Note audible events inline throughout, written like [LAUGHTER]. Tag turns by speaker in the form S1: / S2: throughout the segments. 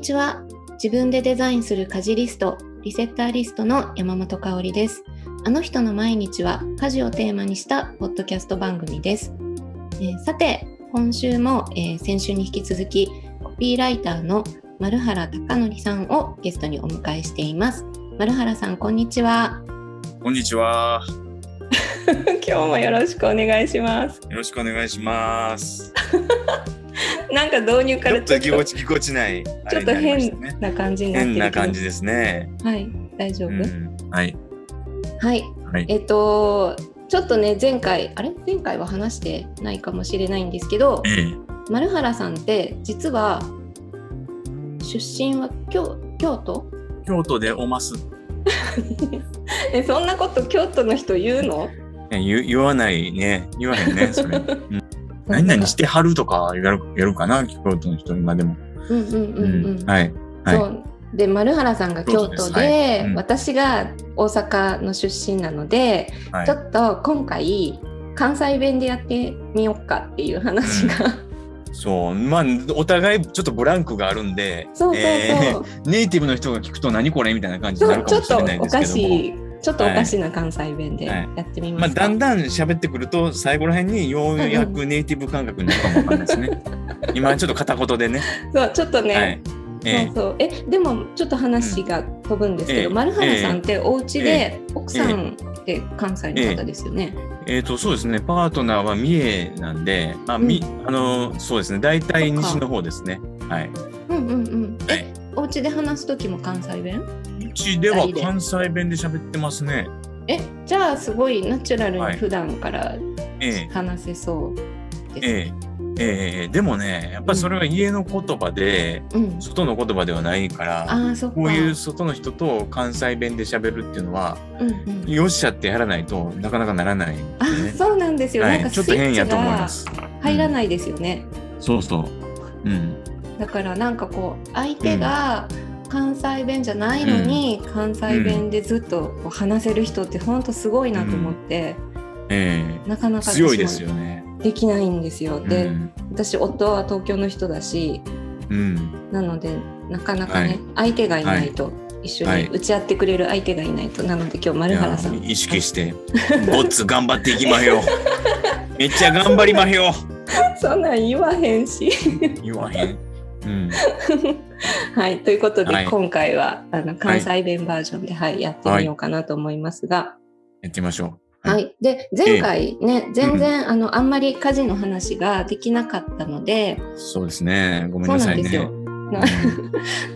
S1: ちは自分でデザインする家事リストリセッターリストの山本香里ですあの人の毎日は家事をテーマにしたポッドキャスト番組です、えーさて今週も、えー先週に引き続きコピーライターの丸原貴則さんをゲストにお迎えしています丸原さんこんにちは
S2: こんにちは。
S1: [LAUGHS] 今日もよろしくお願いします
S2: よろしくお願いします。
S1: なんか導入か
S2: ちょ
S1: ら
S2: っ
S1: ち
S2: と
S1: ょっ
S2: ぎ
S1: と
S2: こちぎこちないあ
S1: ちょ
S2: れ
S1: っと
S2: になりまし
S1: 変
S2: たね。
S1: な感じになってる
S2: 変
S1: けど
S2: な感じですね。
S1: はい大丈
S2: う
S1: 夫、
S2: ん、はい
S1: はい
S2: はい
S1: えっとちょっとね前回あれ前回は話してないかもしれないんですけど
S2: ええ
S1: 丸原さんって実は出身は京京都
S2: 京都でおます
S1: [LAUGHS] えそんなこと京都の人言うの
S2: え言言わないね言わへんねそ
S1: [LAUGHS]
S2: れ。何々してはるとかやるやるかな京都の人今でも。
S1: うんうん
S2: う
S1: うんうん、
S2: はいはい
S1: そうで丸原さんが京都
S2: 京都
S1: で
S2: ですはいうん
S1: 私が大阪の出身なので、
S2: はい
S1: ちょ。っと今回関西弁でやってみようかっていう話が、
S2: そうまあお互いちょっとブランクがあるんで。
S1: そうそうそう、
S2: ええネイティブの人が聞くと何これみたいな感じになるか
S1: ちょ
S2: も
S1: っ
S2: しれ
S1: と
S2: ない
S1: お
S2: ですけ
S1: か
S2: ども。
S1: しい、ちょっとおかしな関西弁でやってみ
S2: ま
S1: ま
S2: あ、
S1: した。
S2: だんだん喋ってくると最後らへんにようやくネイティブ感覚になるかもわかんないです [LAUGHS] ね。今ちょっと片言でね。
S1: そうちょっと
S2: は
S1: ね
S2: い、。え
S1: そうそうえでもちょっと話が飛ぶんですけど、
S2: うんええ
S1: 丸原さんってお家で奥さんって関西の方ですよね。
S2: ええーとそうですねパートナーは三重なんで、まあみあのーそうですね大体西の方ですね。はい。
S1: うんうんうん。
S2: は
S1: え
S2: い
S1: お家で話す時も関西弁？
S2: うちでは関西弁で喋ってますね。
S1: えじゃあすごいナチュラル
S2: は
S1: に
S2: い
S1: 普段から
S2: ええ
S1: 話せそうです。
S2: ええええでもねやっぱりそれは家の言葉で、
S1: うん。
S2: 外の言葉ではないから。
S1: ああそっか。
S2: こういう外の人と関西弁で喋るっていうのは、
S1: うんうん。
S2: よっしゃってやらないとなかなかならないんで
S1: あ
S2: すね。
S1: そうなんですよ。
S2: は
S1: なん
S2: い、
S1: か
S2: ち
S1: ス
S2: ょ
S1: イ
S2: っと変
S1: ッ
S2: や
S1: チ
S2: と思いま
S1: が
S2: す。
S1: 入らないですよね。
S2: そうそう。うん。
S1: だからなんかこう相手が関西弁じゃないのに関西弁でずっとこう話せる人ってほんとすごいなと思って、
S2: え
S1: なかな
S2: え
S1: か
S2: 強いですよね。
S1: 私もできないんですよ。
S2: う
S1: で
S2: ん
S1: 私夫は東京の人だし
S2: うん。
S1: なのでなかなかね、
S2: はい
S1: 相手がいないと、一緒
S2: は
S1: に
S2: い
S1: 打ち合ってくれる相手がいないとなので今日丸原さん
S2: いや意識して、ごっつ頑張っていきま
S1: [LAUGHS]
S2: へよ。めっちゃ頑張りまへよ。
S1: そんなん言わへんし。 [LAUGHS]
S2: 言わへん。うん。
S1: はい、ということで、
S2: はい
S1: 今回はあの関西弁バージョンで、はいやってみようかなと思いますが。
S2: やってみましょう。。
S1: はいい、で前回ね、全然、あのあんまり家事の話ができなかったので、 [LAUGHS]
S2: そうですね。ごめん
S1: そう
S2: な
S1: な
S2: さ
S1: ん
S2: い
S1: です
S2: ね
S1: よ。。
S2: うん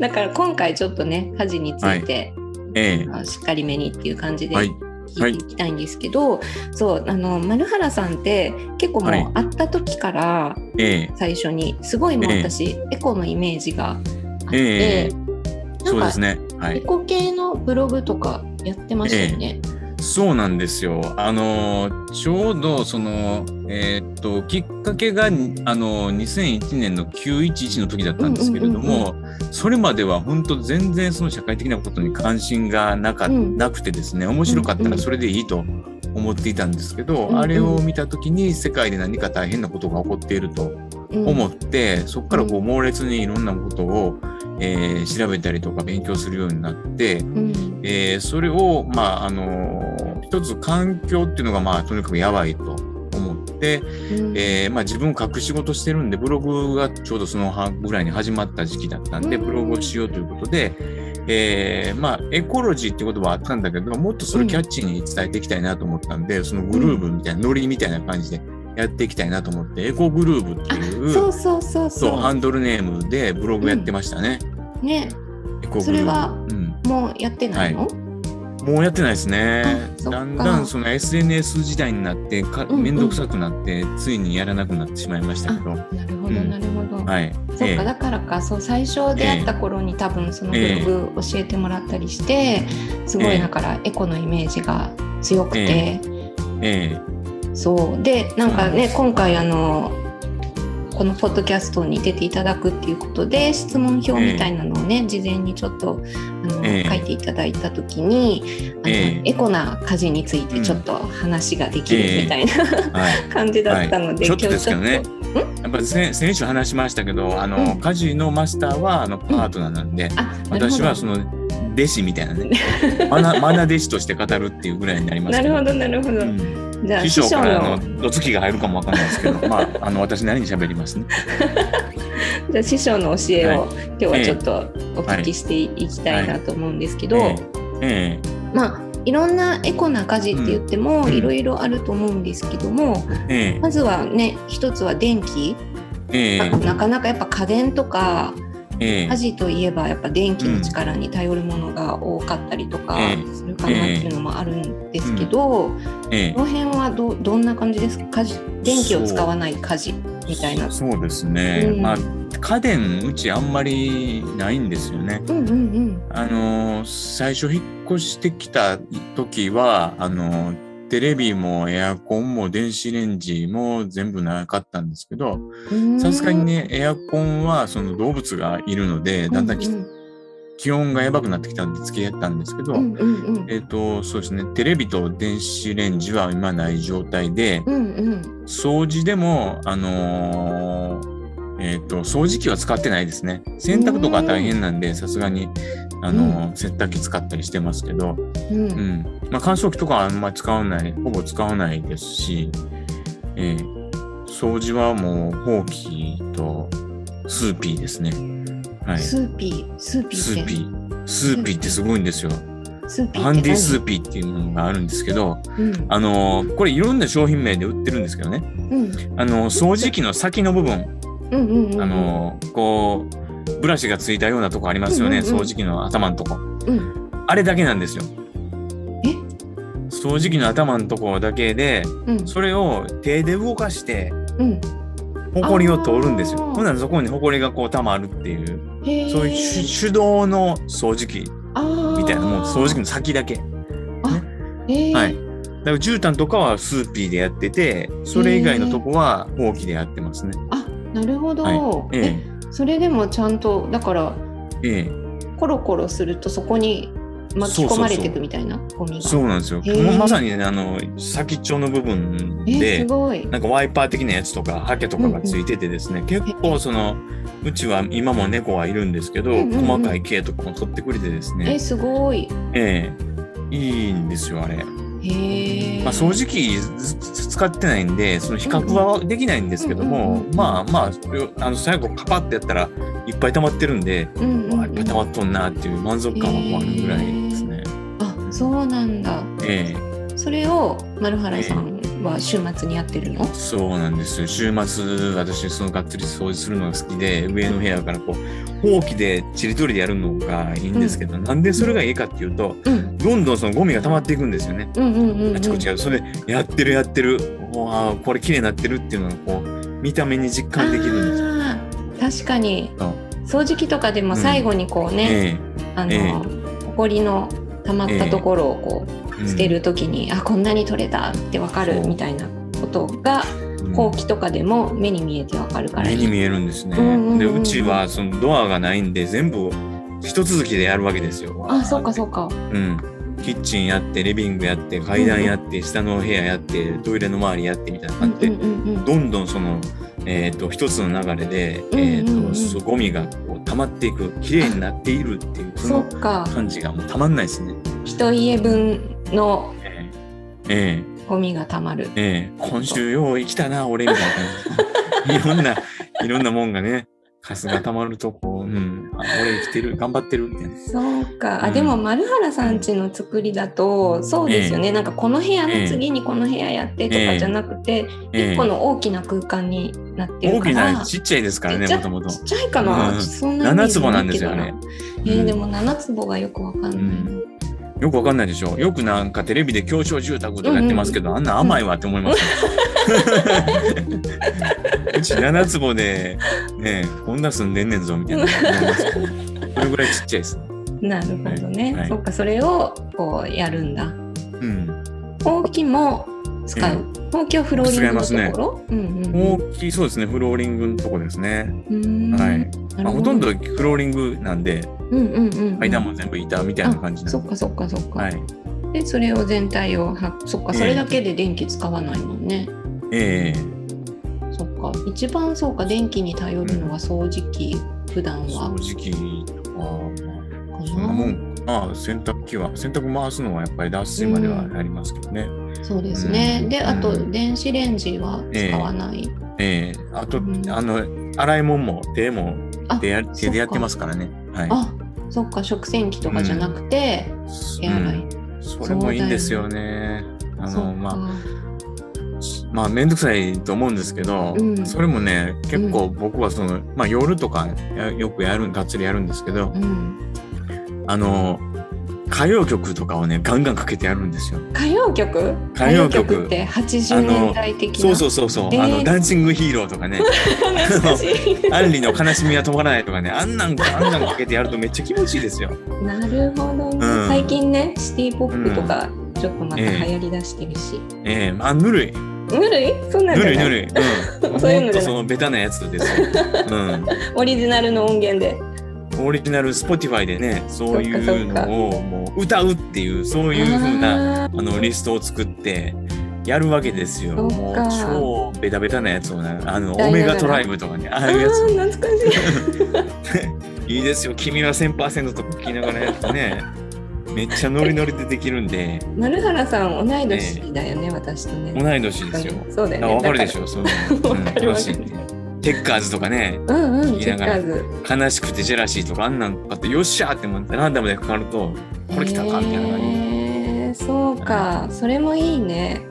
S1: だから今回ちょっとね家事について、
S2: え
S1: あしっかりめにっていう感じ [LAUGHS]
S2: え。
S1: で
S2: はい。
S1: 聞いていきたいんですけど、そうあの丸原さんって結構もう
S2: はい
S1: 会った時から
S2: ええ。
S1: 最初にすごいもう
S2: ええ
S1: 私、エコのイメージがあって、
S2: ええ
S1: な
S2: そ
S1: ん
S2: う
S1: か
S2: ですね。は
S1: エ
S2: い。
S1: コ系のブログとかやってましたよね。
S2: そうなんですよ。あのーちょうどそのえーっときっかけがあのー2001年の911の時だったんですけれども、それまでは本当全然その社会的なことに関心がなか、
S1: うん
S2: なくてですね、面白かったらそれでいいと。思っていたんですけど、
S1: うんうん
S2: あれを見た時に世界で何か大変なことが起こっていると
S1: うん
S2: 思って、そこからこう猛烈にいろんなことを、えー調べたりとか勉強するようになって、
S1: うん
S2: えーそれを、まああのー一つ環境っていうのが、まあ、とにかくやばいと思って、
S1: うん
S2: えーまあ、自分隠し事してるんでブログがちょうどそのぐらいに始まった時期だったんで
S1: うん
S2: ブログをしようということで、えーまあ、エコロジーっていう言葉はあったんだけどもっとそれをキャッチーに伝えていきたいなと思ったんで、そのグルーブみたいなノリみたいな感じでやっていきたいなと思って、エコグルーブっていう
S1: そうそうそう
S2: そう
S1: そ
S2: ハンドルネームでブログやってましたね。
S1: う。ね
S2: エコグルーブ
S1: それは
S2: うん
S1: もうやってないの、
S2: もうやってないですね
S1: あ。そっか
S2: だんだんその SNS 時代になってか、
S1: うんうん
S2: めんどくさくなって、ついにやらなくなってしまいましたけど。は
S1: なるほど、
S2: うん
S1: なるほど。
S2: い。
S1: そっ
S2: え
S1: か、だからか、そう、最初出会った頃に、多分そのブログ教えてもらったりして。すご
S2: え
S1: い、
S2: え
S1: だから、エコのイメージが強くて。
S2: ええ
S1: そう、で、なんかね、
S2: そう
S1: 今回、あの。このポッドキャストに出ていただくっていうことで質問票みたいなのをね、事前にちょっとあの、
S2: ええ
S1: 書いていただいた時にあの、
S2: ええ
S1: エコな家事についてちょっと話ができるみたいな、
S2: え
S1: 感じだったので、
S2: はいちょっとですけどね
S1: 今日ちょっ
S2: やっぱり先先週話しましたけど、あの、
S1: うん
S2: 家事のマスターはあのパートナーなんで、
S1: あ、なるほ
S2: 私
S1: ど
S2: はその弟子みたいなね、マナマナ弟子として語るっていうぐらいになります
S1: な
S2: け
S1: る
S2: ど。
S1: ほど、なるほど。
S2: うん
S1: じゃあ、
S2: 師
S1: 師
S2: 匠
S1: 匠
S2: か
S1: の、
S2: らのお月が入るかもわかんないですけど、まあ、あの私なりに喋りますね。
S1: じゃあ師匠の教えを、今日はちょっとお
S2: は
S1: 聞き
S2: い
S1: していきたいなと思うんですけど、
S2: えええ
S1: まあ、いろんなエコな家事って言っても、
S2: うん
S1: いろいろあると思うんですけども、
S2: ええ
S1: まずはね、一つは電気、
S2: ええ
S1: あとなかなかやっぱ家電とか、
S2: ええ
S1: 家事といえばやっぱ電気の力に頼るものが多かったりとか
S2: え
S1: するかなっていうのもあるんですけど、
S2: ええ
S1: この辺はどどんな感じですか家事電気を使わない家事みたいな。
S2: そそうですね、
S1: うん
S2: まあ家電うちあんまりないんですよね。
S1: うんうんうん。
S2: あの最初引っ越してきた時はあのテレビもエアコンも電子レンジも全部なかったんですけど
S1: うーん
S2: さすがにねエアコンはその動物がいるのでだんだんき、
S1: うん
S2: 気温がやばくなってきたんで付き合ったんですけど、
S1: うんうんうん
S2: えっ、とそうですねテレビと電子レンジは今ない状態で
S1: うんうん
S2: 掃除でもあのーえっ、と掃除機は使ってないですね洗濯とか大変なんでさすがにあのー洗濯機使ったりしてますけど、
S1: うん
S2: うんまあ、乾燥機とかはあんまり使わないほぼ使わないですし、えー掃除はもうほうきとスーピーですね。はい、ス
S1: スーピースーピー
S2: ー
S1: って
S2: ピー。スーピーってすごいんですよ。
S1: スーピー
S2: ハンディス
S1: ー
S2: ーピーっていうのがあるんですけど、
S1: ピー
S2: あのーこれいろんな商品名で売ってるんですけどね、
S1: うん
S2: あのー掃除機の先の部分、
S1: うんうんうんうん
S2: あのーこう、ブラシがついたようなとこありますよね、
S1: うんうんうん
S2: 掃除機の頭のとこ。
S1: うん
S2: あれだけなんですよ。
S1: え
S2: 掃除機の頭のとこだけで、
S1: うん
S2: それを手で動かして
S1: うん
S2: ホコリを取るんですよ。
S1: あー
S2: ほんならそこにホコリがこう溜まるっていう
S1: へー
S2: そういう手手動の掃除機
S1: あー
S2: みたいなもう掃除機の先だけ。だか
S1: へー
S2: はいら絨毯とかはスーピーでやっててそれ以外のとこはほうきでやってますね。
S1: あなるほど、
S2: はえ
S1: えそれでもちゃんとだから
S2: えええ
S1: コロコロするとそこに巻き込まれていくみたいなゴミが。
S2: そうなんですよ。
S1: へー
S2: もうまさにねあの先っちょの部分
S1: えー
S2: です
S1: ごい。
S2: なんかワイパー的なやつとかハケとかがついててですね、結構そのうちは今も猫はいるんですけど、
S1: うんうんうん
S2: 細かい毛とかも取ってくれてです
S1: えー
S2: ね、
S1: すごい。
S2: ええいいんですよあれ、
S1: へえ。
S2: まあ、掃除機ずず使ってないんでその比較はできないんですけども、
S1: うんうんうん
S2: まあまあそれをあの最後カパってやったらいっぱい溜まってるんで、
S1: うんうんうん
S2: わあいっぱい溜まっとんなっていう満足感はもうあるぐらいですね。
S1: あそうなんだ。
S2: ええ
S1: それを丸原さんは週末にやってるの？
S2: そうなんですよ。週末、私、そのがっつり掃除するのが好きで、上の部屋からこう、ほうきで、ちりとりでやるのがいいんですけど、なんでそれがいいかっていうと、
S1: うん
S2: どんどんそのゴミが溜まっていくんですよね。
S1: うんうんうんうん。
S2: あちこちが。それ、やってるやってる、わあ、これ綺麗になってるっていうのが、こう、見た目に実感できるんですよ。
S1: あー確かに
S2: そう
S1: 掃除機とかでも最後にこうね、
S2: え
S1: あの、
S2: ええ
S1: 埃の溜まったところをこう。
S2: えうん
S1: 捨てる時に、あこんなに取れたってわかるみたいなことが
S2: うん
S1: ほうきとかでも目に見えてわかるから
S2: 目
S1: い
S2: に
S1: い。
S2: 見えるんですね。
S1: うんうんうん
S2: で、
S1: うん
S2: うちは、そのドアがないんで、全部、一続きでやるわけですよ。わあ
S1: あそうかそうか。
S2: うん、キッチンやってリビングやって階段やって、下の部屋やってトイレの周りやってみたいな
S1: うん
S2: 感じ
S1: う
S2: で、
S1: んうんうん。
S2: どんどんその、えー、と一つの流れで、
S1: うんうんうん
S2: えーとそうゴミがこう溜まっていく綺麗になっているっていうそ
S1: そ
S2: の
S1: っか
S2: 感じがもうたまんないですね。
S1: 一家分の
S2: えええ
S1: ゴミがたまる
S2: え。ええ今週よう生きたな俺みた
S1: [LAUGHS]
S2: いな感じいろんないろんなもんがねカスが溜まるとこう、うん、あ俺生きてる頑張ってるみたいな。
S1: そうか
S2: う
S1: あ
S2: ん
S1: でも丸原さんちの作りだとそうですよねなんかこの部屋の次にこの部屋やってとかじゃなくて
S2: え
S1: 一個の大きな空間になってる
S2: 大
S1: か
S2: き
S1: ら
S2: な。ちっちゃいですからね
S1: ちっちゃ
S2: もともと
S1: ち。っちゃいかな、
S2: うん
S1: そんなイメー
S2: 7
S1: ジ
S2: 坪なんですよ
S1: ない
S2: ね
S1: けどなえ
S2: う
S1: ー、
S2: ん
S1: でも7坪がよくわかんないな、
S2: うんよくわかんないでしょよくなんかテレビで狭小住宅とかやってますけど、あんな甘いわって思いますよ、 [LAUGHS] うち7坪で、ねえ、こんな住んでんねんぞみたい
S1: [LAUGHS]
S2: な思いますけどこれぐらいちっちゃいです。
S1: なるほどね、
S2: はい
S1: そっかそれをこうやるんだ
S2: うん。
S1: ほうきも使う、ほうきはフローリングの
S2: 使いますね
S1: ところ、うんうん
S2: 大きい、そうですね、フローリングのとこですね。
S1: うーん
S2: はい。
S1: なる
S2: まあ、
S1: ほ
S2: ほとんどフローリングなんで、
S1: うんうんうんうん
S2: 階段も全部板みたいな感じ
S1: あ
S2: な
S1: そ
S2: ん
S1: っ
S2: で。
S1: かそっかそっか、
S2: はい。
S1: でそれを全体をはそっかそれだけで電気使わないもんね、
S2: ええ
S1: そっかか一番そうか電気に頼るのが掃除機、普段は
S2: 掃除機とか、ま
S1: か
S2: あ、そんなもんかな。洗濯機は、洗濯回すのはやっぱり脱水まではやりますけどね。
S1: そうですね、
S2: うん
S1: であと
S2: うん
S1: 電子レンジは使わない、
S2: ええあと、
S1: うん
S2: あの、洗い物も手も
S1: あ
S2: 手や
S1: っか
S2: 手でやってますからね。はい。
S1: あそっか食洗機とかじゃなくて、手洗い、
S2: うんそれもいいんですよね。あ
S1: そっ
S2: の、
S1: か
S2: まあ、まあ、めんどくさいと思うんですけど、
S1: うん
S2: それもね、結構僕はその、まあ、夜とかやよくやる、がっつりやるんですけど、
S1: うん、
S2: あの、歌謡曲とかをね、ガンガンかけてやるんですよ。
S1: 歌謡曲
S2: 歌謡曲
S1: って80年代的な
S2: そうそうそうそう、あ
S1: え
S2: の、
S1: ー
S2: ダンシングヒーローとか [LAUGHS] ね、
S1: 懐かしい
S2: アンリの悲しみは止まらないとかね、あんなんガンガンかけてやるとめっちゃ気持ちいいですよ。
S1: [LAUGHS] なるほど、ね
S2: うん
S1: 最近ねシティポップとかちょっとまた流行りだしてるし、
S2: ええまあ、ぬるい。
S1: ぬるいそんなん
S2: ぬ
S1: じゃ
S2: るい
S1: な
S2: ぬ
S1: い
S2: るい。う
S1: [LAUGHS]
S2: ん。
S1: そういうのじゃない
S2: ほんとそのベタなやつですよ。うん。
S1: オリジナルの音源で
S2: オリジナル Spotify でねそういうのをもう歌うっていうそういう風な
S1: な
S2: あのリストを作ってやるわけですよ。
S1: そうか
S2: もう超ベタベタなやつをねあの
S1: 歌いながら
S2: オメガトライブとかねあ
S1: あ
S2: あいうやつ
S1: ー懐かし
S2: [LAUGHS]
S1: い
S2: いいですよ「君は1000%」とか聞きながらやってねめっちゃノリノリでできるんで
S1: 丸原さん同い年だよね、私とね
S2: 同い年ですよ。
S1: そうだ
S2: だ
S1: よね
S2: からわかるで
S1: ょ
S2: しょそういうの。う
S1: [LAUGHS]
S2: ん
S1: わかるわ
S2: 楽
S1: か
S2: しい
S1: る
S2: ね。テッカーズとかね
S1: うんうん、
S2: 聞き
S1: チェッカ
S2: ながら
S1: ーズ。
S2: 悲しくてジェラシーとかあんなんかってよっしゃーってもうランダムでかかるとこれ来たかみたいな感じで。
S1: えーそうか、それもいいね。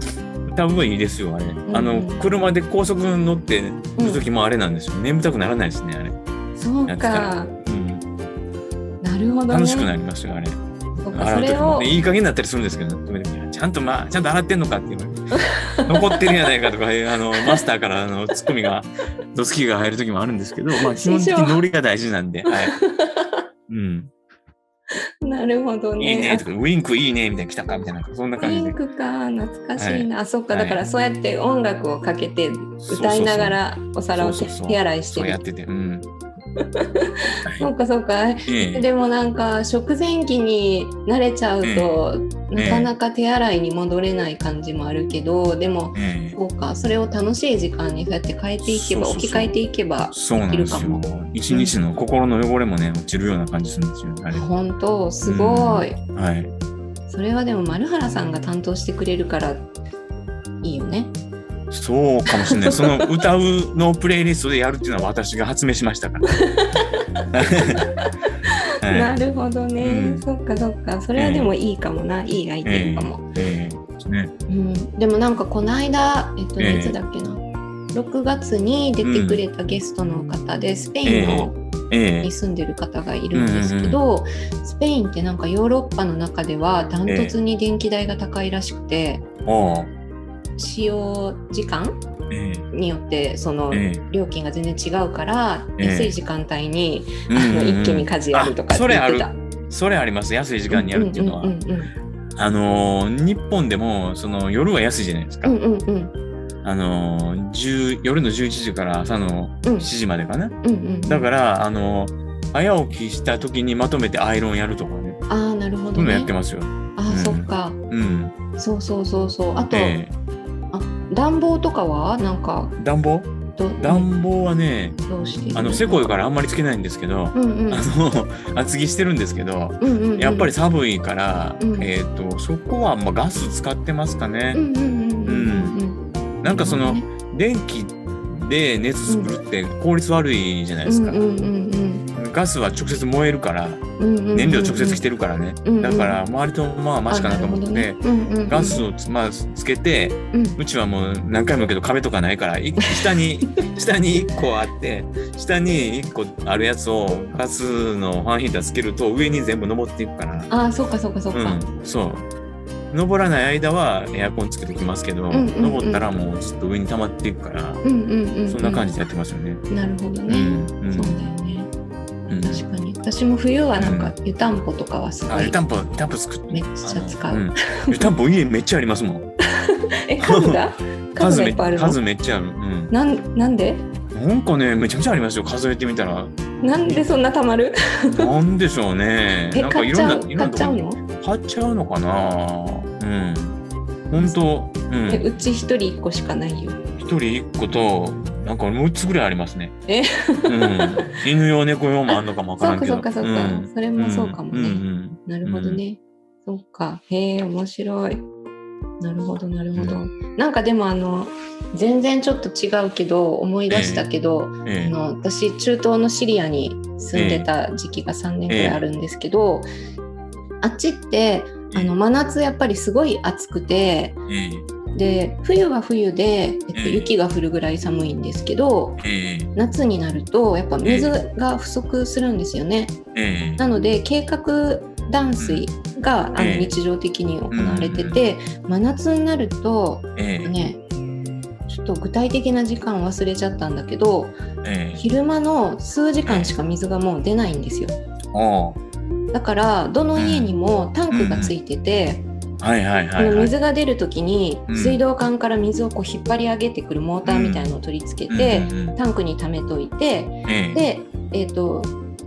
S2: 多分いいですよあれ、
S1: ん
S2: あの車で高速乗ってる時もあれなんですよ、眠たくならないですねあれ、
S1: そう
S2: やってた、
S1: から
S2: うん、
S1: なるほど、ね。
S2: 楽しくな
S1: る。
S2: りますよあれ
S1: そうかそ
S2: 洗う時
S1: れ
S2: も、
S1: を
S2: ね、いい加減になったりするんですけど時々ちゃんとまあちゃんと洗ってんのかっていう残ってるやないかとかいう
S1: [LAUGHS]
S2: あのマスターからあのツッコミがドスキが入る時もあるんですけど、まあ、基本的にノリが大事なん
S1: [LAUGHS]
S2: で、はいうん、
S1: なるほどね。
S2: いいねとかウィンクいいねみたいな来たかみたいなそんな
S1: あ
S2: 感
S1: リ
S2: じで
S1: ンクか懐かしいな、あそっか
S2: はい
S1: だからそうやって音楽をかけて
S2: そう
S1: 歌いながらお皿を手
S2: そうそうそう
S1: 手洗いして
S2: そうやっ
S1: る
S2: てて、
S1: [LAUGHS]
S2: うん、
S1: そうかそうか
S2: ええ
S1: でもなんか食前期に慣れちゃうと、
S2: ええ
S1: なかなか手洗いに戻れない感じもあるけどでも
S2: ええ
S1: そうかそれを楽しい時間にそうやって変えていけば
S2: そうそうそう
S1: 置き換えていけば
S2: そうなんです
S1: できる
S2: よ。一日の心の汚れもね、落ちるような感じするんですよ。あれ
S1: 本当すごい、
S2: はい。
S1: それはでも丸原さんが担当してくれるからいいよね
S2: そうかもしれない。その歌うのをプレイリストでやるっていうのは私が発明しました
S1: [LAUGHS]
S2: から。。
S1: ないるほどね、
S2: うん
S1: そっかそっかそれはでもいいかもな、いいアイテムかも、
S2: ええね。
S1: うん、でもなんかこの間えっと、
S2: ええ
S1: いつだっけな6月に出てくれたゲストの方で、スペインの
S2: ええ
S1: に住んでる方がいるんですけど、スペインってなんかヨーロッパの中ではダントツに電気代が高いらしくて、
S2: おう
S1: 使用時間
S2: え
S1: によってそ
S2: え
S1: の
S2: え
S1: 料金が全然違うから、
S2: ええ
S1: 安い時間帯に、
S2: え
S1: あ
S2: うん
S1: の
S2: うんうん
S1: 一気に家事やるとか
S2: あ
S1: って
S2: それ
S1: 言っ
S2: あ
S1: て
S2: る
S1: た。
S2: それあります安い時間にやるっていうのは、
S1: うんうん
S2: あのー日本でもその夜は安いじゃないですか、
S1: うんうんうん
S2: あのー10夜の11時から朝の7時までかな、
S1: うんうん
S2: だから、あの、早起きした時にまとめてアイロンやるとかね、
S1: ああなるほ
S2: そ
S1: ど
S2: ういうの
S1: ね
S2: やってますよ。
S1: あ
S2: うん
S1: ーそっか
S2: うん。
S1: そうそうそうそうあと、
S2: ええ
S1: 暖房とかはなんか
S2: 暖房
S1: ど
S2: 暖房はね、
S1: どうしてる
S2: あの、セコいからあんまりつけないんですけど、
S1: うんうん
S2: あの、 [LAUGHS] 厚着してるんですけど、
S1: うんうんうん
S2: やっぱり寒いから、
S1: うん
S2: えっ、と、そこはまあガス使ってますか
S1: う
S2: ね。
S1: んうんうんうんうん
S2: なんかその、
S1: ね
S2: 電気で熱作るって効率悪いじゃないですか。
S1: うんうんうん
S2: ガスは直接燃えるから、
S1: うんうんうん
S2: 燃料直接来てるからね。
S1: うんうん
S2: だから、割とまあマシかなと思って、
S1: あなるほどねうんうんうん
S2: ガスをつ,、まあ、つけて
S1: うん
S2: うちはもう何回も言うけど壁とかないからい
S1: [LAUGHS]
S2: 下に下に1個あって下に1個あるやつをガスのファンヒーターつけると上に全部登っていくから
S1: ああそっかそっかそっか
S2: うんそう登らない間はエアコンつけてきますけど、
S1: んうんうん
S2: 登ったらもうずっと上に溜まっていくから、
S1: うんうんうんうん
S2: そんな感じでやってますよね。
S1: なるほど
S2: う
S1: ね
S2: んうん
S1: そうだよね
S2: うん
S1: 確かに私も冬はなんか湯たんぽとかはすご
S2: あ湯
S1: い
S2: たんぽ湯たんぽ作って
S1: めっちゃ使う
S2: あのん湯たんぽ家めっちゃありますもん
S1: え数が
S2: [LAUGHS]
S1: 数がいっぱいあるの
S2: 数めっちゃある、うん、
S1: なんなんで
S2: なんかね、めちゃくちゃありますよ、数えてみ
S1: [LAUGHS]
S2: たら。
S1: なんでそんなたまる。
S2: なんでしょうね
S1: え
S2: なんか
S1: 買
S2: い
S1: っち
S2: ろん
S1: ゃ
S2: な、
S1: う
S2: いろ
S1: 買っ
S2: んな
S1: ち
S2: と
S1: ゃ
S2: こ
S1: う
S2: に
S1: の
S2: 買っちゃうのかな。うん。本当、う
S1: え
S2: ん、
S1: うち一人一個しかないよ
S2: 一人一個と、なんかもう6つぐらいありますね。
S1: え
S2: うん、犬用猫用もあんのかもわか
S1: そ
S2: ら
S1: うんか
S2: け
S1: そ
S2: ど。
S1: うかそうか、
S2: ん
S1: それもそうかもね。
S2: うんうん
S1: なるほどね。そうか。へえ、面白い。なるほど、なるほど。なんかでも、あの、全然ちょっと違うけど、思い出したけど、
S2: うんえ
S1: あ
S2: え
S1: の私、中東のシリアに住んでた時期が3年くらいあるんですけど、あっちって、あの真夏やっぱりすごい暑くて
S2: え
S1: で冬は冬で、えっと、
S2: ええ
S1: 雪が降るぐらい寒いんですけど
S2: ええ
S1: 夏になるとやっぱ水が不足するんですよね。
S2: えええ
S1: なので計画断水が、あの
S2: ええ
S1: 日常的に行われてて、真夏になると
S2: ええ
S1: ねちょっと具体的な時間忘れちゃったんだけど
S2: ええ
S1: 昼間の数時間しか水がもう出ないんですよ
S2: あ
S1: だからどの家にもタンクがついてて、
S2: あはいはい
S1: こ
S2: はい
S1: の
S2: はい。
S1: 水が出る時に
S2: うん
S1: 水道管から水をこう引っ張り上げてくるモーターみたいのを取り付けて、
S2: うんうん
S1: タンクに溜めといて、
S2: ええ
S1: で、えっと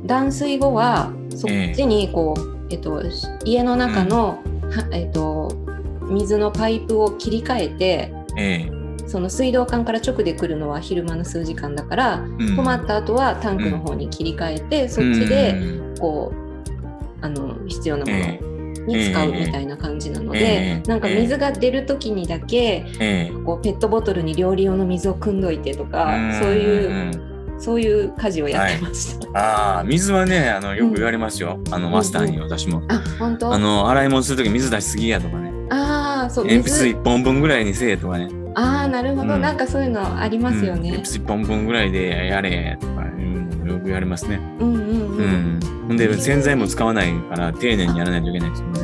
S1: 断水後はそっちにこう、えっとし家の中の、はえっと水のパイプを切り替えて
S2: ええ
S1: その水道管から直で来るのは昼間の数時間だから
S2: うん
S1: 困った後はタンクの方に切り替えて、そっちで
S2: うん
S1: こうあの必要なも
S2: え
S1: のに使うみたいな感じなので、
S2: ええ
S1: なんか水が出る時にだけ
S2: えええ
S1: こうペットボトルに料理用の水を汲んどいてとか、そういう
S2: うん
S1: そういう家事をやってました。
S2: ああ、水はね、あの、よく言われますよ。あの、マスター
S1: うん
S2: に私も。
S1: あ本当
S2: あの、洗い物するとき水出しすぎやとかね。
S1: ああそう
S2: 鉛筆
S1: 水
S2: 一本分ぐらいにせえとかね。
S1: ああなるほど、
S2: うん
S1: なんかそういうのありますよ
S2: うん
S1: ね
S2: 鉛、筆一本分ぐらいでやれとか、うん、よく言われますね。
S1: うん、うん
S2: う
S1: うん、
S2: ん。ほんで、洗剤も使わないから、丁寧にやらないといけないですもんね。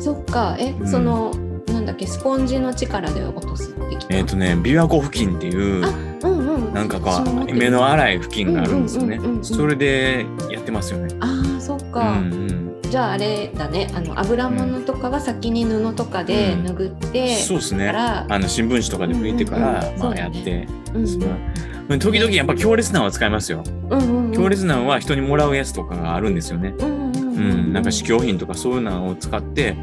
S1: そっかえ、
S2: うん
S1: そのなんだっけスポンジの力で落とすってきた、
S2: えっ、とね、琵琶湖付近っていう、
S1: うんうん
S2: なんかこ
S1: 私も持っ
S2: う、
S1: てる
S2: 目の荒い付近があるんですよね
S1: うんうんうんうんう。ん
S2: それでやってますよね。
S1: あーそっ
S2: う
S1: か、
S2: ん
S1: じゃああれだねあの油物とかは先に布とかで
S2: うん
S1: 拭っ
S2: うん。
S1: て
S2: そうですね。
S1: から、
S2: あの、新聞紙とかで拭いてか
S1: うん
S2: ら、
S1: うんうん
S2: ま
S1: そう
S2: あ
S1: だ
S2: やっ
S1: ね
S2: て。
S1: うん
S2: ですがうん時々やっぱ強烈なのは使いますよ。
S1: うんうんうん
S2: 強烈なのは人にもらうやつとかがあるんですよね。
S1: うんうんう
S2: う、
S1: ん
S2: なんか試供品とかそういうのを使って、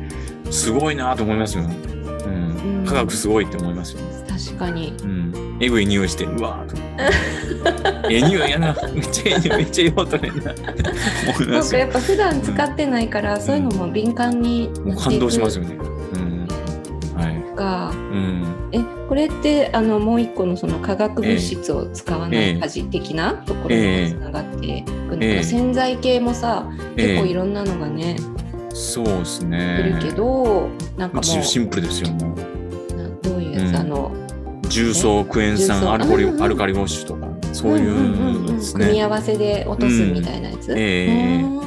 S2: すごいなと思いますよ。うん
S1: うん、
S2: 科学すごいって思いますよ。
S1: 確かに
S2: うん、えぐい匂いして、うわー
S1: [LAUGHS]
S2: とか。ええ匂いやな。めっちゃええ匂い、めっちゃええ音ねんな。思いま
S1: なん
S2: す
S1: か
S2: よ。
S1: やっぱ普段使ってないから、そういうのも敏感に
S2: もう感動します
S1: よ
S2: よね。うん。はい。
S1: か
S2: うん。
S1: えこれってあのもう一個のその化学物質を使わな
S2: え
S1: い
S2: え
S1: 家事的なところにつながっていくのかな、
S2: ええ
S1: 洗剤系もさ、結構い
S2: ええ、
S1: ろんなのがね
S2: そうです
S1: 出
S2: ね
S1: る。けど、なんかも
S2: シシ
S1: う
S2: ンプルですよ。もう
S1: などういうやつ、
S2: うん
S1: あの
S2: 重曹、クエン
S1: 重曹
S2: 酸、アルコリ
S1: うんうん
S2: アルカリウォッシュとか、そうい
S1: んん
S2: う
S1: うん
S2: の
S1: うん
S2: です
S1: 組み
S2: ね。
S1: 合わせで落とすみたいなやつ、
S2: ええ
S1: うーん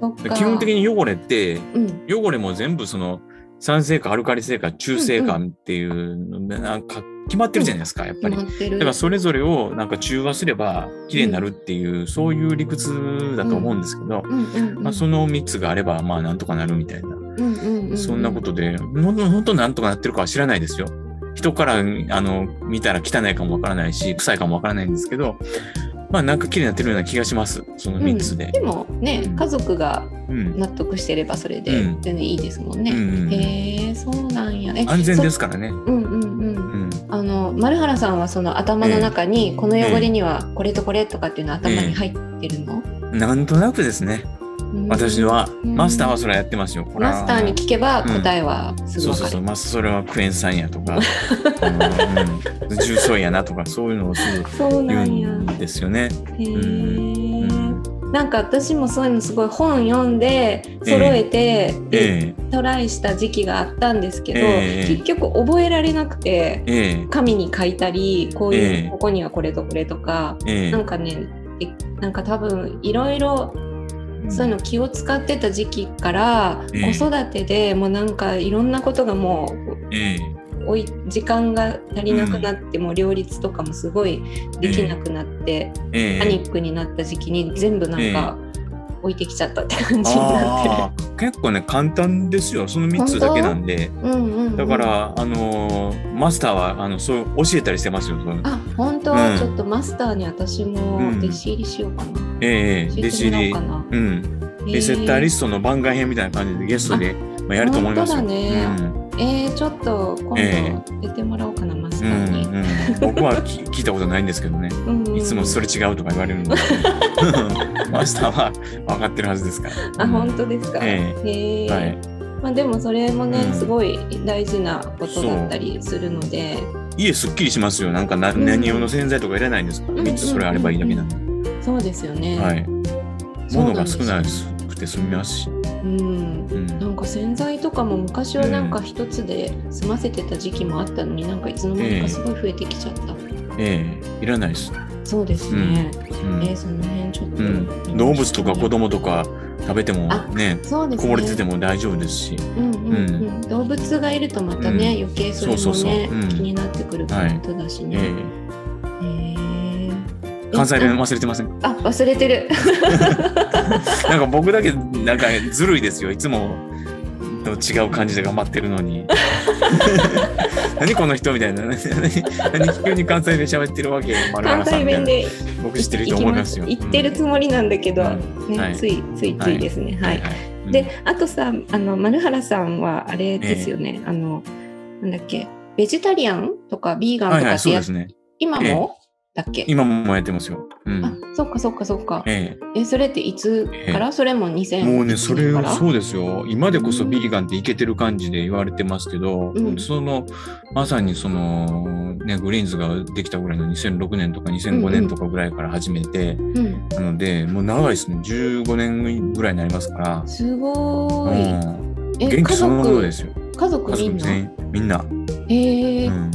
S1: そっか
S2: 基本的に汚れって
S1: うん
S2: 汚れも全部その酸性かアルカリ性か中性かっていうのなんか決まってるじゃないですかやっぱ
S1: 決
S2: り。
S1: ま
S2: だ
S1: ってる
S2: からそれぞれをなんか中和すれば綺麗になるっていうそういう理屈だと思うんですけど、
S1: うんうんうん
S2: まあ、その3つがあればまあなんとかなるみたいな、
S1: うんうんう
S2: そんなことでほんとほんとなんとかなってるかは知らないですよ。人からあの見たら汚いかもわからないし臭いかもわからないんですけどまあなんか綺麗になってるような気がしますその3つで
S1: で。もね
S2: うん
S1: 家族が
S2: うん
S1: 納得してればそれで
S2: うん
S1: 全然いいですもんね、
S2: うんうん
S1: へえそうなんやえ
S2: 安全ですからね。
S1: そうんうんうん
S2: うん
S1: あの丸原さんはその頭の中にこの汚れにはこれとこれとかっていうのは頭に入ってるの、
S2: なんとなくですね、
S1: うん
S2: 私は、
S1: うん
S2: マスターはそれはやってますよ。これは
S1: マスターに聞けば答えはすぐ
S2: そう
S1: 分
S2: そう
S1: か
S2: そ
S1: る
S2: う、マスターそれはクエン酸やと
S1: [LAUGHS]
S2: か、うんうん重曹やなとか、そういうのをすぐ
S1: そうな
S2: 言うん
S1: や
S2: んですよね。
S1: へえ、
S2: うん
S1: なんか私もそういうのすごい本読んで揃えて、で
S2: え
S1: トライした時期があったんですけど、
S2: ええ
S1: 結局覚えられなくて
S2: ええ
S1: 紙に書いたりこういう、
S2: ええ
S1: ここにはこれとこれとか
S2: えええ
S1: なんかねえなんか多分いろいろそういうの気を使ってた時期から、
S2: ええ
S1: 子育てでもうなんかいろんなことがもう
S2: ええ
S1: おい時間が足りなくなって、もう両立とかもすごいできなくなって、
S2: ええ
S1: パニックになった時期に全部なんか置いてきちゃったって感じになっ
S2: ああ結構ね簡単ですよその3つだけなんで
S1: てる。うんうんうん
S2: だから、あのーマスターはあのそう教えたりしてますよその
S1: あ本当、
S2: うん
S1: ちょっとマスターに私も
S2: うん
S1: 弟子入りしようかな、
S2: ええ
S1: 教
S2: 弟
S1: え
S2: 子
S1: ても
S2: 入
S1: ら
S2: り
S1: おうかな、
S2: うんリセッターリストの番外編みたいな感じでゲストでまあやると思いますよ。
S1: 本当だね
S2: うん
S1: えー、ちょっと今度
S2: え
S1: 言ってもらおうかな、マス
S2: う
S1: ターに。
S2: んうん、僕はき [LAUGHS] 聞いたことないんですけどね
S1: うんうん
S2: いつもそれ違うとか言われるので
S1: [LAUGHS]
S2: マスターは分かってるはずですから。
S1: あ、本
S2: 当
S1: 当ですか。
S2: え
S1: へえ、
S2: はい、
S1: まあでもそれもね、
S2: うん
S1: すごい大事なことだったりするので、
S2: 家すっきりしますよ。なんかな、
S1: うん
S2: 何用の洗剤とかいらないんですから。
S1: うんうん
S2: 3つそれあればいいだけなんで。
S1: そうですよね。
S2: はい。
S1: そう
S2: 物
S1: なん
S2: が
S1: です
S2: 少
S1: よ
S2: なくて済みますし。
S1: うん。
S2: うん
S1: なんか洗剤とかも昔はなんか一つで済ませてた時期もあったのに、なんかいつの間にかすごい増えてきちゃった。
S2: ええいらないです。
S1: そうですね。
S2: うん
S1: えーその辺ちょっと、
S2: うん動物とか子供とか食べても
S1: あ
S2: ね、
S1: そうです
S2: こ
S1: ね。
S2: ぼれてても大丈夫ですし。
S1: うんうんうん動物がいるとまたね、余計それもね
S2: そうそうそううん
S1: 気になってくるポイントだし
S2: え
S1: ね。
S2: え
S1: へー
S2: 関西弁忘れてません。
S1: あ忘れてる。
S2: [LAUGHS] なんか僕だけなんかずるいですよ。いつもと違う感じで頑張ってるの
S1: [LAUGHS]
S2: に。何この人みたいな。何何急に関西弁喋ってるわけ。丸
S1: 関
S2: 々さ
S1: 西
S2: んみた
S1: 弁
S2: いな。
S1: で
S2: 僕知ってる
S1: 行
S2: 人
S1: き
S2: 思い
S1: ま
S2: ますすよ。
S1: 行ってるつもりなんだけど、
S2: うん
S1: ね
S2: はい
S1: ついついついですね。
S2: うん
S1: はい。
S2: はい
S1: で、あとさあの丸原さんはあれですよね、あのなんだっけベジタリアンとかビー
S2: う
S1: ガ
S2: んは
S1: ン
S2: い
S1: とか
S2: はい、
S1: って
S2: そう
S1: や
S2: で
S1: っ
S2: すね。
S1: 今
S2: え
S1: も、だっけ
S2: 今もやってますよ。う
S1: あ
S2: ん。
S1: そっかそっかそっか
S2: え
S1: えそれっていつから、それも
S2: え、
S1: 2000
S2: もうね、それ
S1: から
S2: そうですよ。今でこそビーガンっていけてる感じで言われてますけど、
S1: うん
S2: その、まさにその、ね、グリーンズができたぐらいの2006年とか2005年とかぐらいから始めて、
S1: うん、
S2: なので、もう長いですね。15年ぐらいになりますから。
S1: すご
S2: う
S1: ーい、
S2: ん
S1: え
S2: 元気そのもの
S1: 家
S2: で
S1: 族
S2: すよ。
S1: 家族み
S2: 家
S1: ん
S2: 族
S1: な
S2: 全員、みんな。
S1: えー
S2: うん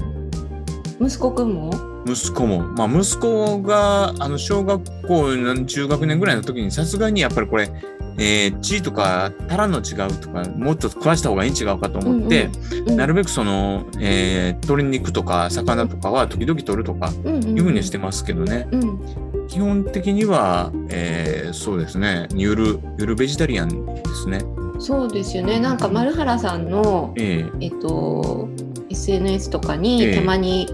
S1: 息子くんも
S2: 息子も、まあ、息子があの小学校の中学年ぐらいの時にさすがにやっぱりこれ、えー地位とかタラの違うとかもっと食わした方がいいん違うかと思って、
S1: うん
S2: なるべくその、えー鶏肉とか魚とかは時々取るとか
S1: うんうん
S2: いうふうにしてますけどね、
S1: うん
S2: 基本的には、えーそうですねゆるゆるベジタリアンですね。
S1: そうですよねなんか丸原さんの
S2: えー
S1: えっと SNS とかに
S2: ええ
S1: たまに、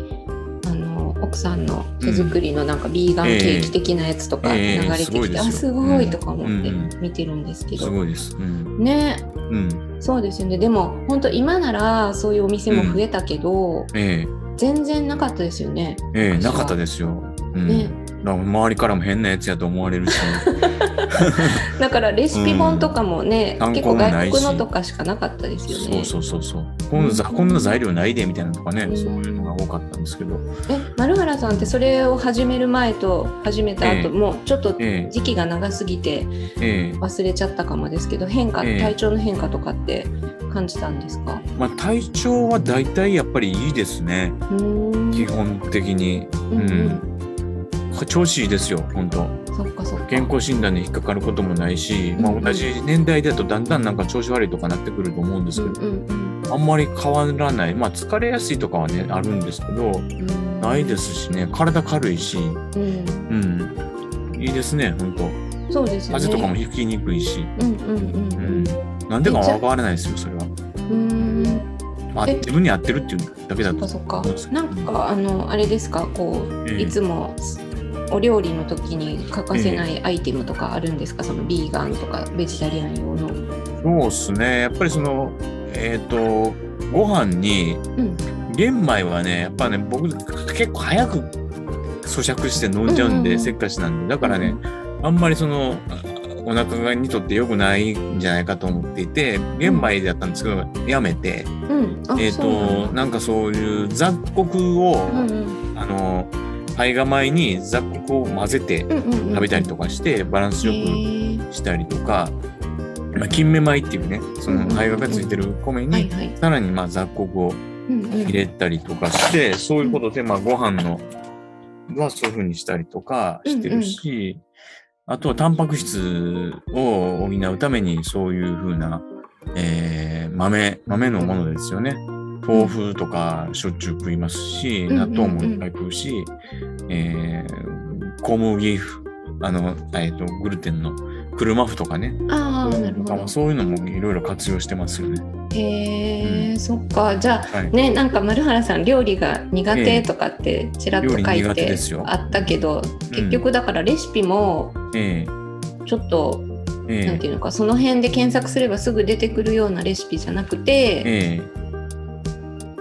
S1: あの奥さんの手作りのなんかビーガンケーキ的なやつとか流
S2: ええ
S1: れてきて、
S2: ええすごいですよ
S1: あすごいとか思って
S2: うん
S1: 見てるんですけ
S2: す
S1: ど、
S2: ごいです。うん
S1: ね
S2: うん
S1: そうですよねでも本当今ならそういうお店も増えたけど、
S2: え
S1: 全然なかったですよね。
S2: ーえーなかったですよ。うん
S1: ね
S2: だから周りからも変なやつやと思われるし。
S1: だからレシピ本とかもね、
S2: うん
S1: 結構外
S2: 参考
S1: 国の
S2: もないし
S1: とかしかなかったですよ
S2: そ
S1: ね。
S2: うそうそうそう。こんなざこんな材料ないでみたいなのとかね、そういうのが多かったんですけど。
S1: え丸原さんってそれを始める前と始めた後、
S2: ええ
S1: もうちょっと
S2: え
S1: 時期が長すぎて
S2: ええ
S1: 忘れちゃったかもですけど変化、
S2: ええ
S1: 体調の変化とかって感じたんですか
S2: えまあ体調は大体やっぱりいいですね。
S1: うーん
S2: 基本的に。
S1: うん
S2: うん。調子いいですよ、本当
S1: そっかそっか
S2: 健康診断に引っかかることもないし、ま
S1: う
S2: あ、
S1: んうん
S2: 同じ年代だとだんだんなんか調子悪いとかなってくると思うんです
S1: う
S2: け
S1: んう
S2: ど、
S1: ん
S2: あんまり変わらない。まあ、疲れやすいとかはね、あるんですけど、
S1: うん
S2: ないですしね、体軽い
S1: う
S2: し、
S1: ん
S2: うん。いいですね、本当
S1: そうですよね
S2: 風邪とかも引きにくいし。
S1: うんうんう
S2: うんんなんでかわからないですよ、それは。
S1: うんうーん
S2: まあ、
S1: え
S2: 自分に合ってるっていうだけだ
S1: そっか
S2: と。
S1: そっかなんかあのあれですかこう
S2: ええ
S1: いつもお料理の時に欠かせないアイテムとかあるんですか、そのビーガンとかベジタリアン用の。う
S2: そうですね。やっぱりその、えっ、と、ご飯に、
S1: ん、
S2: 玄米はね、やっぱね、僕、結構早く咀嚼して飲んじゃうん
S1: うんうんう
S2: で、
S1: ん
S2: せっかちなんで、だからね、あんまりその、お腹にとって良くないんじゃないかと思っていて、玄米だったんですけど、やめて、
S1: うん、あ
S2: えっ、
S1: そうな
S2: と、
S1: んだ
S2: なんかそういう雑穀を、
S1: うんうん
S2: あの、胚芽米に雑穀を混ぜて
S1: うんうんうん
S2: 食べたりとかして、バランスよ
S1: へ
S2: く
S1: ー
S2: したりとか、まあ、金目米っていうねそ
S1: うんうん
S2: の
S1: うん
S2: 胚芽がついてる米
S1: はい
S2: に
S1: はい。
S2: さらにまあ雑穀を
S1: うんうん
S2: 入れたりとかしてそういうことでまあご飯のはそういうふうにしたりとかしてるし、あとはタンパク質を補うためにそういうふうな、えー豆豆のものですよね。豆腐とかしょっちゅう食いますし、
S1: うんうんう
S2: 納
S1: ん
S2: 豆もいっぱい食うし、えー小麦ふあの、えー、とグルテンの車麩とかね、
S1: ああ、なるほ
S2: あ
S1: ど。
S2: そういうのもいろいろ活用してますよね。
S1: へえ、そっか。じゃあ、
S2: はい。
S1: ね、なんか丸原さん料理が苦手とかってちらっと書
S2: 料理
S1: い
S2: 苦手
S1: て
S2: ですよ
S1: あったけど、結
S2: うん、
S1: 局だからレシピも
S2: え
S1: ちょっと、
S2: ええ
S1: なんて
S2: え
S1: いうのかその辺で検索すればすぐ出てくるようなレシピじゃなくて、
S2: ええ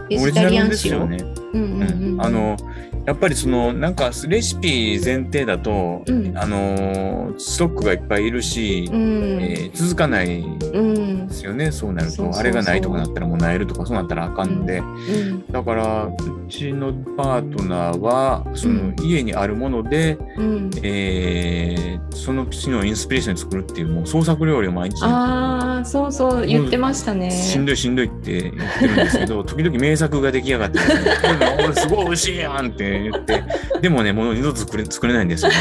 S1: ベ
S2: オ
S1: ジ
S2: リジ
S1: タ
S2: ナ
S1: リア
S2: ル
S1: ン
S2: ですよ
S1: 塩。
S2: ね。
S1: うんうんうん
S2: あのやっぱりそのなんかレシピ前提だと、
S1: うん
S2: あのストックがいっぱいいるし
S1: う、ん
S2: えー続かないで
S1: うん
S2: すよねそうなると
S1: そうそうそう
S2: あれがないとかなったらもうなえるとかそうなったらあかんので、
S1: うん
S2: だからうちのパートナーはその
S1: う
S2: 家にあるもので、
S1: うん
S2: えーその地のインスピレーションに作るっていうもう創作料理を毎日
S1: ああそうそう言ってましたね。
S2: しんどいしんどいって言ってるんです
S1: [LAUGHS]
S2: けど時々名作が出来上がって「俺すごい美味しいやん」って言ってでもねもう二度と作れ作れないんですよね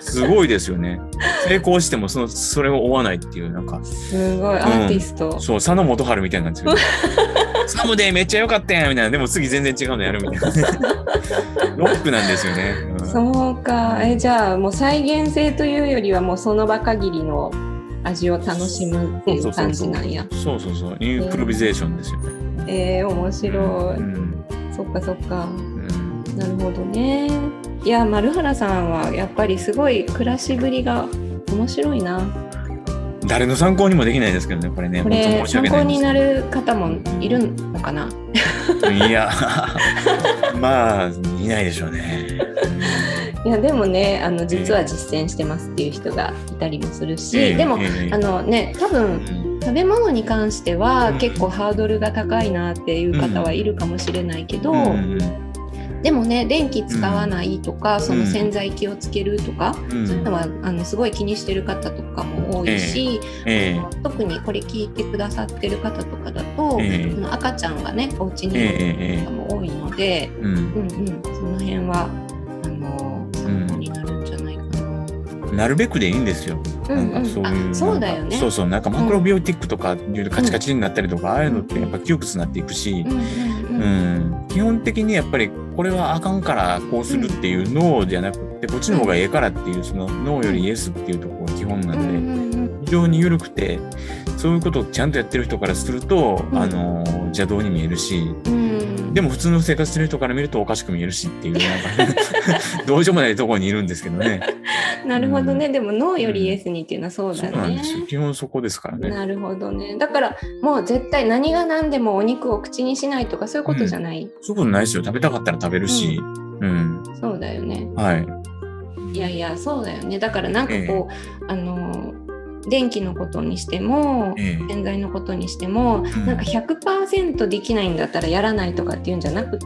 S2: すごいですよね成功してもそのそれを追わないっていうなんか
S1: すごいアーティスト。
S2: そう佐野元春みたいになってるサムデーめっちゃ良かったやんみたいなでも次全然違うのやるみたい
S1: [LAUGHS]
S2: なロックなんですよね、うん
S1: そうか、
S2: う
S1: え
S2: ん
S1: じゃあもう再現性というよりはもうその場限りの味を楽しむっていう感じなんや。
S2: そうそうそうインプロビゼーションですよね、
S1: えー、面白い、
S2: うん
S1: そっかそっか
S2: うん
S1: なるほどねいや丸原さんはやっぱりすごい暮らしぶりが面白いな
S2: 誰の参考にもできないですけどね、これね。
S1: こ
S2: 本
S1: れ
S2: 当申し
S1: 参
S2: 訳
S1: 考
S2: ないんで
S1: に
S2: すけど
S1: なる方もいるのかない
S2: や、 [LAUGHS] まあ、いないでしょうね。
S1: いやでもねあの実は実践してますっていう人がいたりもするし、でも、
S2: ええ
S1: あ、のね多分
S2: うん
S1: 食べ物に関しては
S2: うん
S1: 結構ハードルが高いなっていう方はいるかもしれないけど、
S2: うん
S1: でもね電気使わないとか、その
S2: うん
S1: 洗剤気をつけるとか、
S2: うん
S1: そういうのはあのすごい気にしてる方とかも多いし、
S2: ええ
S1: 特にこれ聞いてくださってる方とかだと、
S2: ええ
S1: その赤ちゃんがねお家
S2: ええ
S1: にいる
S2: え
S1: 方も多いので、
S2: えう
S1: う
S2: ん
S1: んうん、その辺はあの参考になるんじゃないかな。
S2: なるべくでいいんですよ。
S1: うんうん
S2: なんかそういう。
S1: あそうだよ
S2: なん
S1: ね
S2: かそうそう、なんかマクロビオティックとかいうカチカチになったりとか、ああいうのってやっぱ窮屈になっていくし
S1: う、んうん
S2: う
S1: うん
S2: ん基本的にやっぱりこれはあかんからこうするっていう脳じゃなくて、こっちの方がええからっていう、その脳よりイエスっていうところが基本な
S1: うん
S2: で、
S1: んうん
S2: 非常に緩くてそういうことをちゃんとやってる人からすると、
S1: うん
S2: あの邪道に見えるし
S1: うん
S2: でも普通の生活してる人から見るとおかしく見えるしっていうなん
S1: [LAUGHS]
S2: かどうしようもないところにいるんですけどね
S1: なるほどね、でも脳よりイエスにっていうのはそうだ
S2: なん
S1: ね
S2: で。すよ基本そこですからね
S1: なるほどね。だからもう絶対何が何でもお肉を口にしないとかそういうことじゃない。
S2: そういうことないですよ食べたかったら食べるし、うん
S1: そうだよね。
S2: はい
S1: いやいやそうだよね。だからなんかこう、あの電気のことにしても
S2: え
S1: 洗剤のことにしても、
S2: ん
S1: なんか100%できないんだったらやらないとかっていうんじゃなく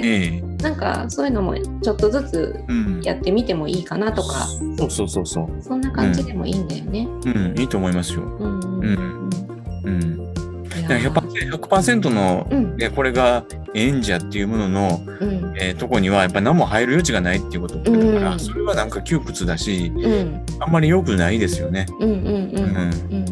S1: て、
S2: ええ
S1: なんかそういうのもちょっとずつ
S2: うん
S1: やってみてもいいかなとか、
S2: そうそうそうそう
S1: そんな感じでもいいんだよね。
S2: うんいいと思いますよ
S1: うんうん
S2: うんうん
S1: いや
S2: だから100%, 100%の
S1: うん
S2: ねこれが演者っていうものの
S1: うん
S2: えーとこにはやっぱ何も入る余地がないっていうことだから、
S1: うん
S2: それはなんか窮屈だし
S1: うん
S2: あんまり良くないですよね、
S1: うんうん
S2: う
S1: うんんうんうん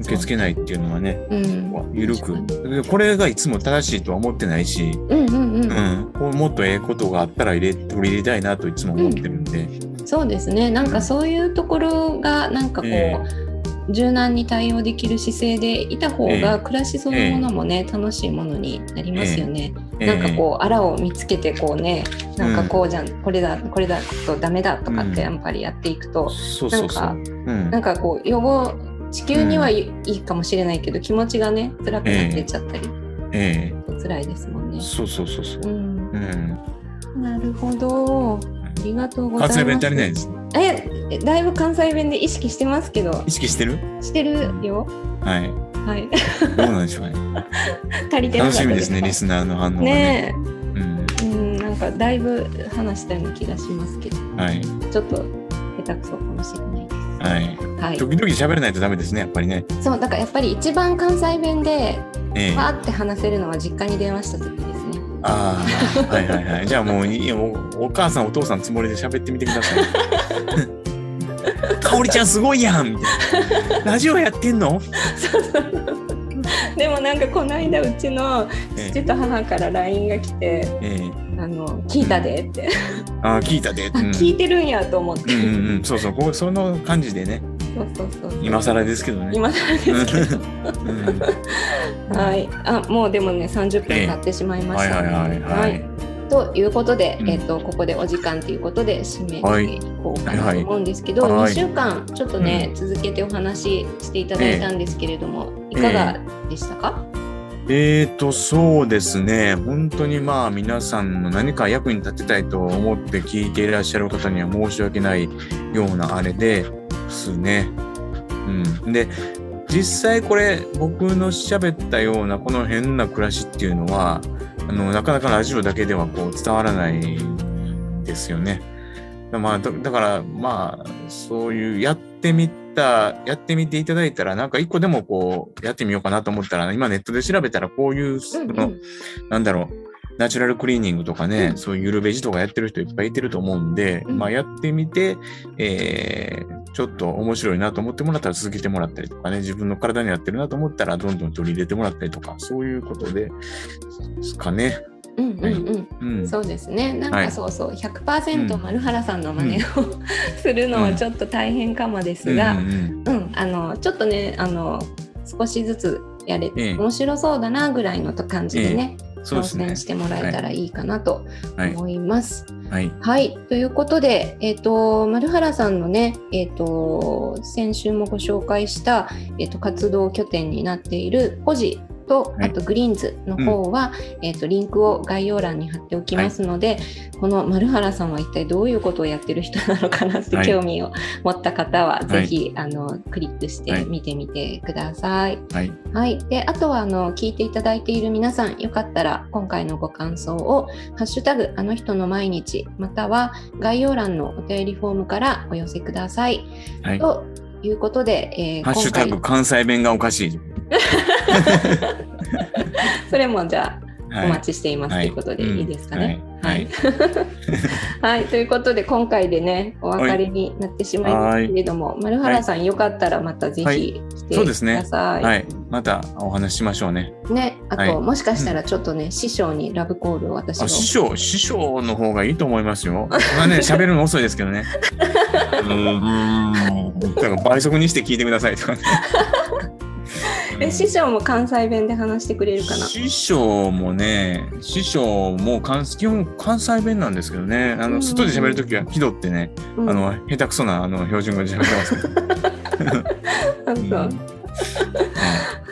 S2: 受け付けないっていうのはね
S1: うん
S2: 緩くでこれがいつも正しいとは思ってないし、
S1: うんうんうん、
S2: うん、こうもっとええことがあったら入れ取り入れたいなといつも思ってるんで、
S1: そうですねなんかそういうところがなんかこう、
S2: え
S1: 柔軟に対応できる姿勢でいた方
S2: え
S1: が
S2: え
S1: 暮らしそのものもね、楽しいものになりますよね、
S2: え
S1: なんかこう、あらを見つけてこうねなんかこうじゃん、これだこれだとダメだとかって
S2: う
S1: やっぱりやっていくと
S2: う、そうそうそう
S1: なん
S2: うん
S1: なんかこう予後地球にはいいいかもしれないけど、気持ちがね辛くなってっちゃったり、
S2: え
S1: 辛いですもん
S2: え
S1: ね。
S2: そうそうそうそうう、
S1: ん、
S2: うん、
S1: なるほど。ありがとうございます。
S2: 関西弁足りないです
S1: ええだいぶ関西弁で意識してますけど
S2: 意識してる
S1: してるよ
S2: はい
S1: はい [LAUGHS]
S2: どうなんでしょうね
S1: 足りてなかっ
S2: 楽
S1: た
S2: しみですねリ
S1: か
S2: スナーの反応がね
S1: ね
S2: うん
S1: えうんなんかだいぶ話したような気がしますけど
S2: はい
S1: ちょっと下手くそかもしれないです
S2: はい
S1: はい
S2: 時々喋らないとダメですねやっぱりね
S1: そうだからやっぱり一番関西弁で
S2: ええ
S1: わーって話せるのは実家に電話した時ですね
S2: ああ、はいはいはい。じゃあもういいよ、もうお母さんお父さんつもりで喋ってみてくだ
S1: [LAUGHS]
S2: さい。かおりちゃんすごいやんみたいな。ラジオやってんの？
S1: でもなんかこの間うちの
S2: え
S1: 父と母から LINE が来て
S2: えええ
S1: 「あの聞いたで」って
S2: ああ聞いたで。
S1: あ
S2: うん
S1: [LAUGHS] 聞いてるんやと思って
S2: うんうんうん、そうそう、こうその感じでね、
S1: そうそうそうそう
S2: 今更ですけどね。
S1: 今更ですけど
S2: う
S1: [LAUGHS]
S2: ん
S1: はい、あもうでもね30分経ってしまいま
S2: は
S1: し
S2: い
S1: た
S2: は
S1: ね、
S2: いはいはい。
S1: ということで、
S2: うん
S1: えっとここでお時間ということで締めていこうかな
S2: はい
S1: と思うんですけど、
S2: はいはい
S1: 2週間ちょっとね、続けてお話ししていただいたんですけれども、いかがでしたか、
S2: ええーと、そうですね。本当にまあ皆さんの何か役に立てたいと思って聞いていらっしゃる方には申し訳ないようなあれですね。うん。で、実際これ僕の喋ったようなこの変な暮らしっていうのは、あの、なかなかラジオだけではこう伝わらないですよね。まあ、だだからまあ、そういうやってみた、やってみていただいたら、なんか一個でもこう、やってみようかなと思ったら、今ネットで調べたら、こういう、その、なんだろう、ナチュラルクリーニングとかね、
S1: うん
S2: そういうゆるベジとかやってる人いっぱいいてると思うんで、
S1: うん
S2: まあやってみて、えーちょっと面白いなと思ってもらったら続けてもらったりとかね、自分の体に合ってるなと思ったら、どんどん取り入れてもらったりとか、そういうことで、ですかね。
S1: うんうんうん
S2: うん。
S1: そうですねなん
S2: は
S1: か
S2: い
S1: そうそう100%
S2: うん
S1: 丸原さんの真似を、 [LAUGHS] するのはちょっと大変かもですが、
S2: うんうん
S1: うん、あのちょっとねあの少しずつやれて、
S2: ええ
S1: 面白そうだなぐらいのと感じでね、
S2: うんそう
S1: 挑
S2: です
S1: 戦
S2: ね
S1: し。てもらえたらいいかなと
S2: はい。
S1: 思います。
S2: はい。
S1: はい、ということで、えっと丸原さんのね、えっと先週もご紹介した、えっと活動拠点になっているポジと、
S2: は
S1: あ
S2: い
S1: とグリーンズの方は、えっとリンクを概要欄に貼っておきますので、この丸原さんは一体どういうことをやってる人なのかなって
S2: はい
S1: 興味を持った方は、
S2: い
S1: ぜひあのクリックして見てみてください。
S2: はい。
S1: はい、であとはあの聞いていただいている皆さんよかったら今回のご感想を「ハッシュタグあの人の毎日」または概要欄のお便りフォームからお寄せください。
S2: はい
S1: ということで、えー
S2: ハッシュタグ
S1: 今
S2: 関西弁がおかしい。
S1: 回それもじゃあ
S2: は
S1: お待ちしていますということで、
S2: ん
S1: いいですかね。
S2: は
S1: は
S2: い。
S1: いはい、ということで今回でねお別れになってしまいますけれども丸原さんよかったらまたぜ
S2: は
S1: ひ来て
S2: そう
S1: く
S2: ですね
S1: ださい。
S2: はい。またお話ししましょうね。
S1: ねあと、
S2: はい
S1: もしかしたらちょっとね師匠にラブコールを私が
S2: あ師匠、師匠の方がいいと思いますよ。まあ [LAUGHS] ね、喋るの遅いですけどね。うーん。だから倍速にして聞いてくださいとかね。
S1: [LAUGHS] え師匠も関西弁で話してくれるかな。
S2: 師匠もね、師匠も関基本関西弁なんですけどね、あ
S1: うんう
S2: の
S1: ん
S2: 外で喋るときは気取ってね、
S1: うん
S2: あの下手くそなあの標準語で喋ってます
S1: [LAUGHS]
S2: けど。
S1: そう [LAUGHS] うんそう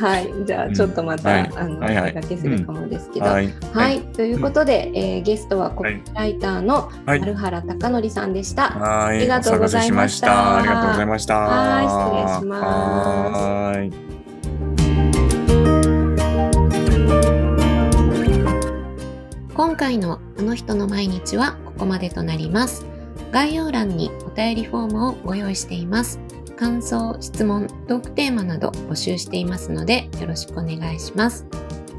S1: はい、じゃあちょっとまた、
S2: うんはい
S1: あの、
S2: はいはい
S1: お出かけするかもですけど。はい、
S2: はい。
S1: ということで、えーゲストはコピーライターの
S2: はい。
S1: 丸原貴則さんでした。
S2: はい、
S1: ありがとうございました
S2: お騒がせしまありがとうございました。
S1: はい失礼します
S2: はい。
S1: 今回のあの人の毎日はここまでとなります。概要欄にお便りフォームをご用意しています。感想、質問、トークテーマなど募集していますのでよろしくお願いします。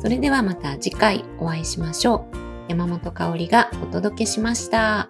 S1: それではまた次回お会いしましょう。山本香里がお届けしました。